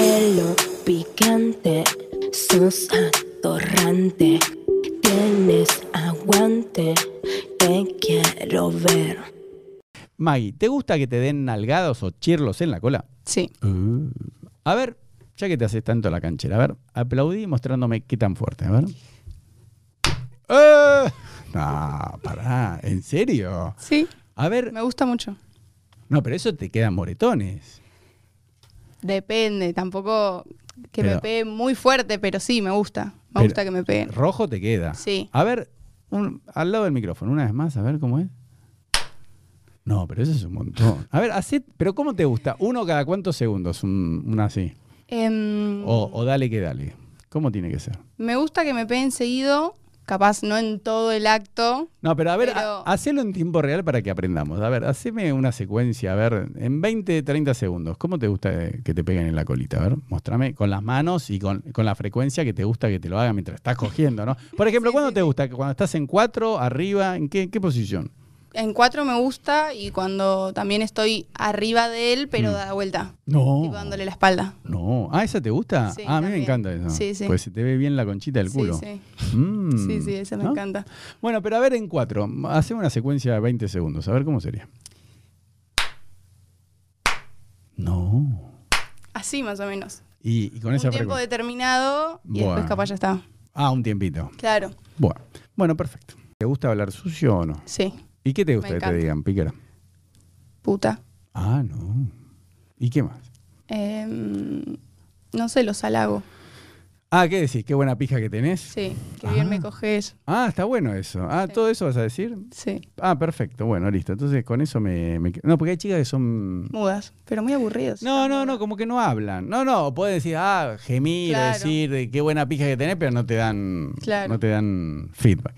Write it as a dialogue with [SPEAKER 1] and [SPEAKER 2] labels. [SPEAKER 1] pelo picante, sos atorrante, tienes aguante, te quiero ver.
[SPEAKER 2] Maggie, ¿te gusta que te den nalgados o chirlos en la cola?
[SPEAKER 3] Sí.
[SPEAKER 2] Uh. A ver, ya que te haces tanto la canchera, a ver, aplaudí mostrándome qué tan fuerte, a ver. ¡Eh! No, pará, ¿en serio?
[SPEAKER 3] Sí.
[SPEAKER 2] A ver,
[SPEAKER 3] Me gusta mucho.
[SPEAKER 2] no, pero eso te quedan moretones.
[SPEAKER 3] Depende, tampoco que
[SPEAKER 2] Pero-
[SPEAKER 3] me peguen muy fuerte, pero sí, me gusta. Me
[SPEAKER 2] Pero-
[SPEAKER 3] gusta que me peguen.
[SPEAKER 2] Rojo te queda.
[SPEAKER 3] Sí.
[SPEAKER 2] A ver, un- al lado del micrófono, una vez más, a ver cómo es. No, pero eso es un montón. A ver, hacé, pero ¿cómo te gusta? ¿Uno cada cuántos segundos? Un, una así.
[SPEAKER 3] Em,
[SPEAKER 2] O, o dale que dale. ¿Cómo tiene que ser?
[SPEAKER 3] Me gusta que me peguen seguido, capaz no en todo el acto.
[SPEAKER 2] No, pero a ver,
[SPEAKER 3] Pero-
[SPEAKER 2] ha- hacelo en tiempo real para que aprendamos. A ver, haceme una secuencia, a ver, en 20, 30 segundos. ¿Cómo te gusta eh, que te peguen en la colita? A ver, mostrame con las manos y con, con la frecuencia que te gusta que te lo hagan mientras estás cogiendo, ¿no? Por ejemplo, ¿cuándo te gusta? ¿Cuando estás en cuatro, arriba? ¿En qué, qué posición?
[SPEAKER 3] En cuatro me gusta y cuando también estoy arriba de él, pero
[SPEAKER 2] Mm. Oh.
[SPEAKER 3] da vuelta.
[SPEAKER 2] No.
[SPEAKER 3] Tipo dándole la espalda.
[SPEAKER 2] No. Ah, ¿esa te gusta?
[SPEAKER 3] Sí,
[SPEAKER 2] ah, a mí me
[SPEAKER 3] también.
[SPEAKER 2] encanta eso.
[SPEAKER 3] Sí, sí.
[SPEAKER 2] Pues se te ve bien la conchita del
[SPEAKER 3] Sí,
[SPEAKER 2] culo.
[SPEAKER 3] sí.
[SPEAKER 2] Mm.
[SPEAKER 3] Sí, sí, esa me
[SPEAKER 2] ¿No?
[SPEAKER 3] encanta.
[SPEAKER 2] Bueno, pero a ver en cuatro. Hacemos una secuencia de 20 segundos. A ver cómo sería. No.
[SPEAKER 3] Así más o menos.
[SPEAKER 2] Y, y con esa
[SPEAKER 3] un tiempo
[SPEAKER 2] frecuencia.
[SPEAKER 3] determinado y
[SPEAKER 2] Bueno.
[SPEAKER 3] después capaz ya está.
[SPEAKER 2] Ah, un tiempito.
[SPEAKER 3] Claro,
[SPEAKER 2] Bueno. Bueno, perfecto. ¿Te gusta hablar sucio o no?
[SPEAKER 3] sí.
[SPEAKER 2] ¿Y qué te gusta que te
[SPEAKER 3] encanta.
[SPEAKER 2] digan, Piquera?
[SPEAKER 3] Puta.
[SPEAKER 2] Ah, no. ¿Y qué más?
[SPEAKER 3] Em, no sé, los halago.
[SPEAKER 2] Ah, ¿qué decís? Qué buena pija que tenés.
[SPEAKER 3] Sí, que bien
[SPEAKER 2] Ah.
[SPEAKER 3] me coges.
[SPEAKER 2] Ah, está bueno eso. Ah, ¿todo eso vas a decir?
[SPEAKER 3] Sí,
[SPEAKER 2] Ah, perfecto. Bueno, listo. Entonces con eso me, me quedo. No, porque hay chicas que son
[SPEAKER 3] mudas, pero muy aburridos.
[SPEAKER 2] No, no, no, como que no hablan. No, no, pueden decir, ah, gemir,
[SPEAKER 3] Claro.
[SPEAKER 2] decir eh, qué buena pija que tenés, pero no te dan,
[SPEAKER 3] Claro.
[SPEAKER 2] no te dan feedback.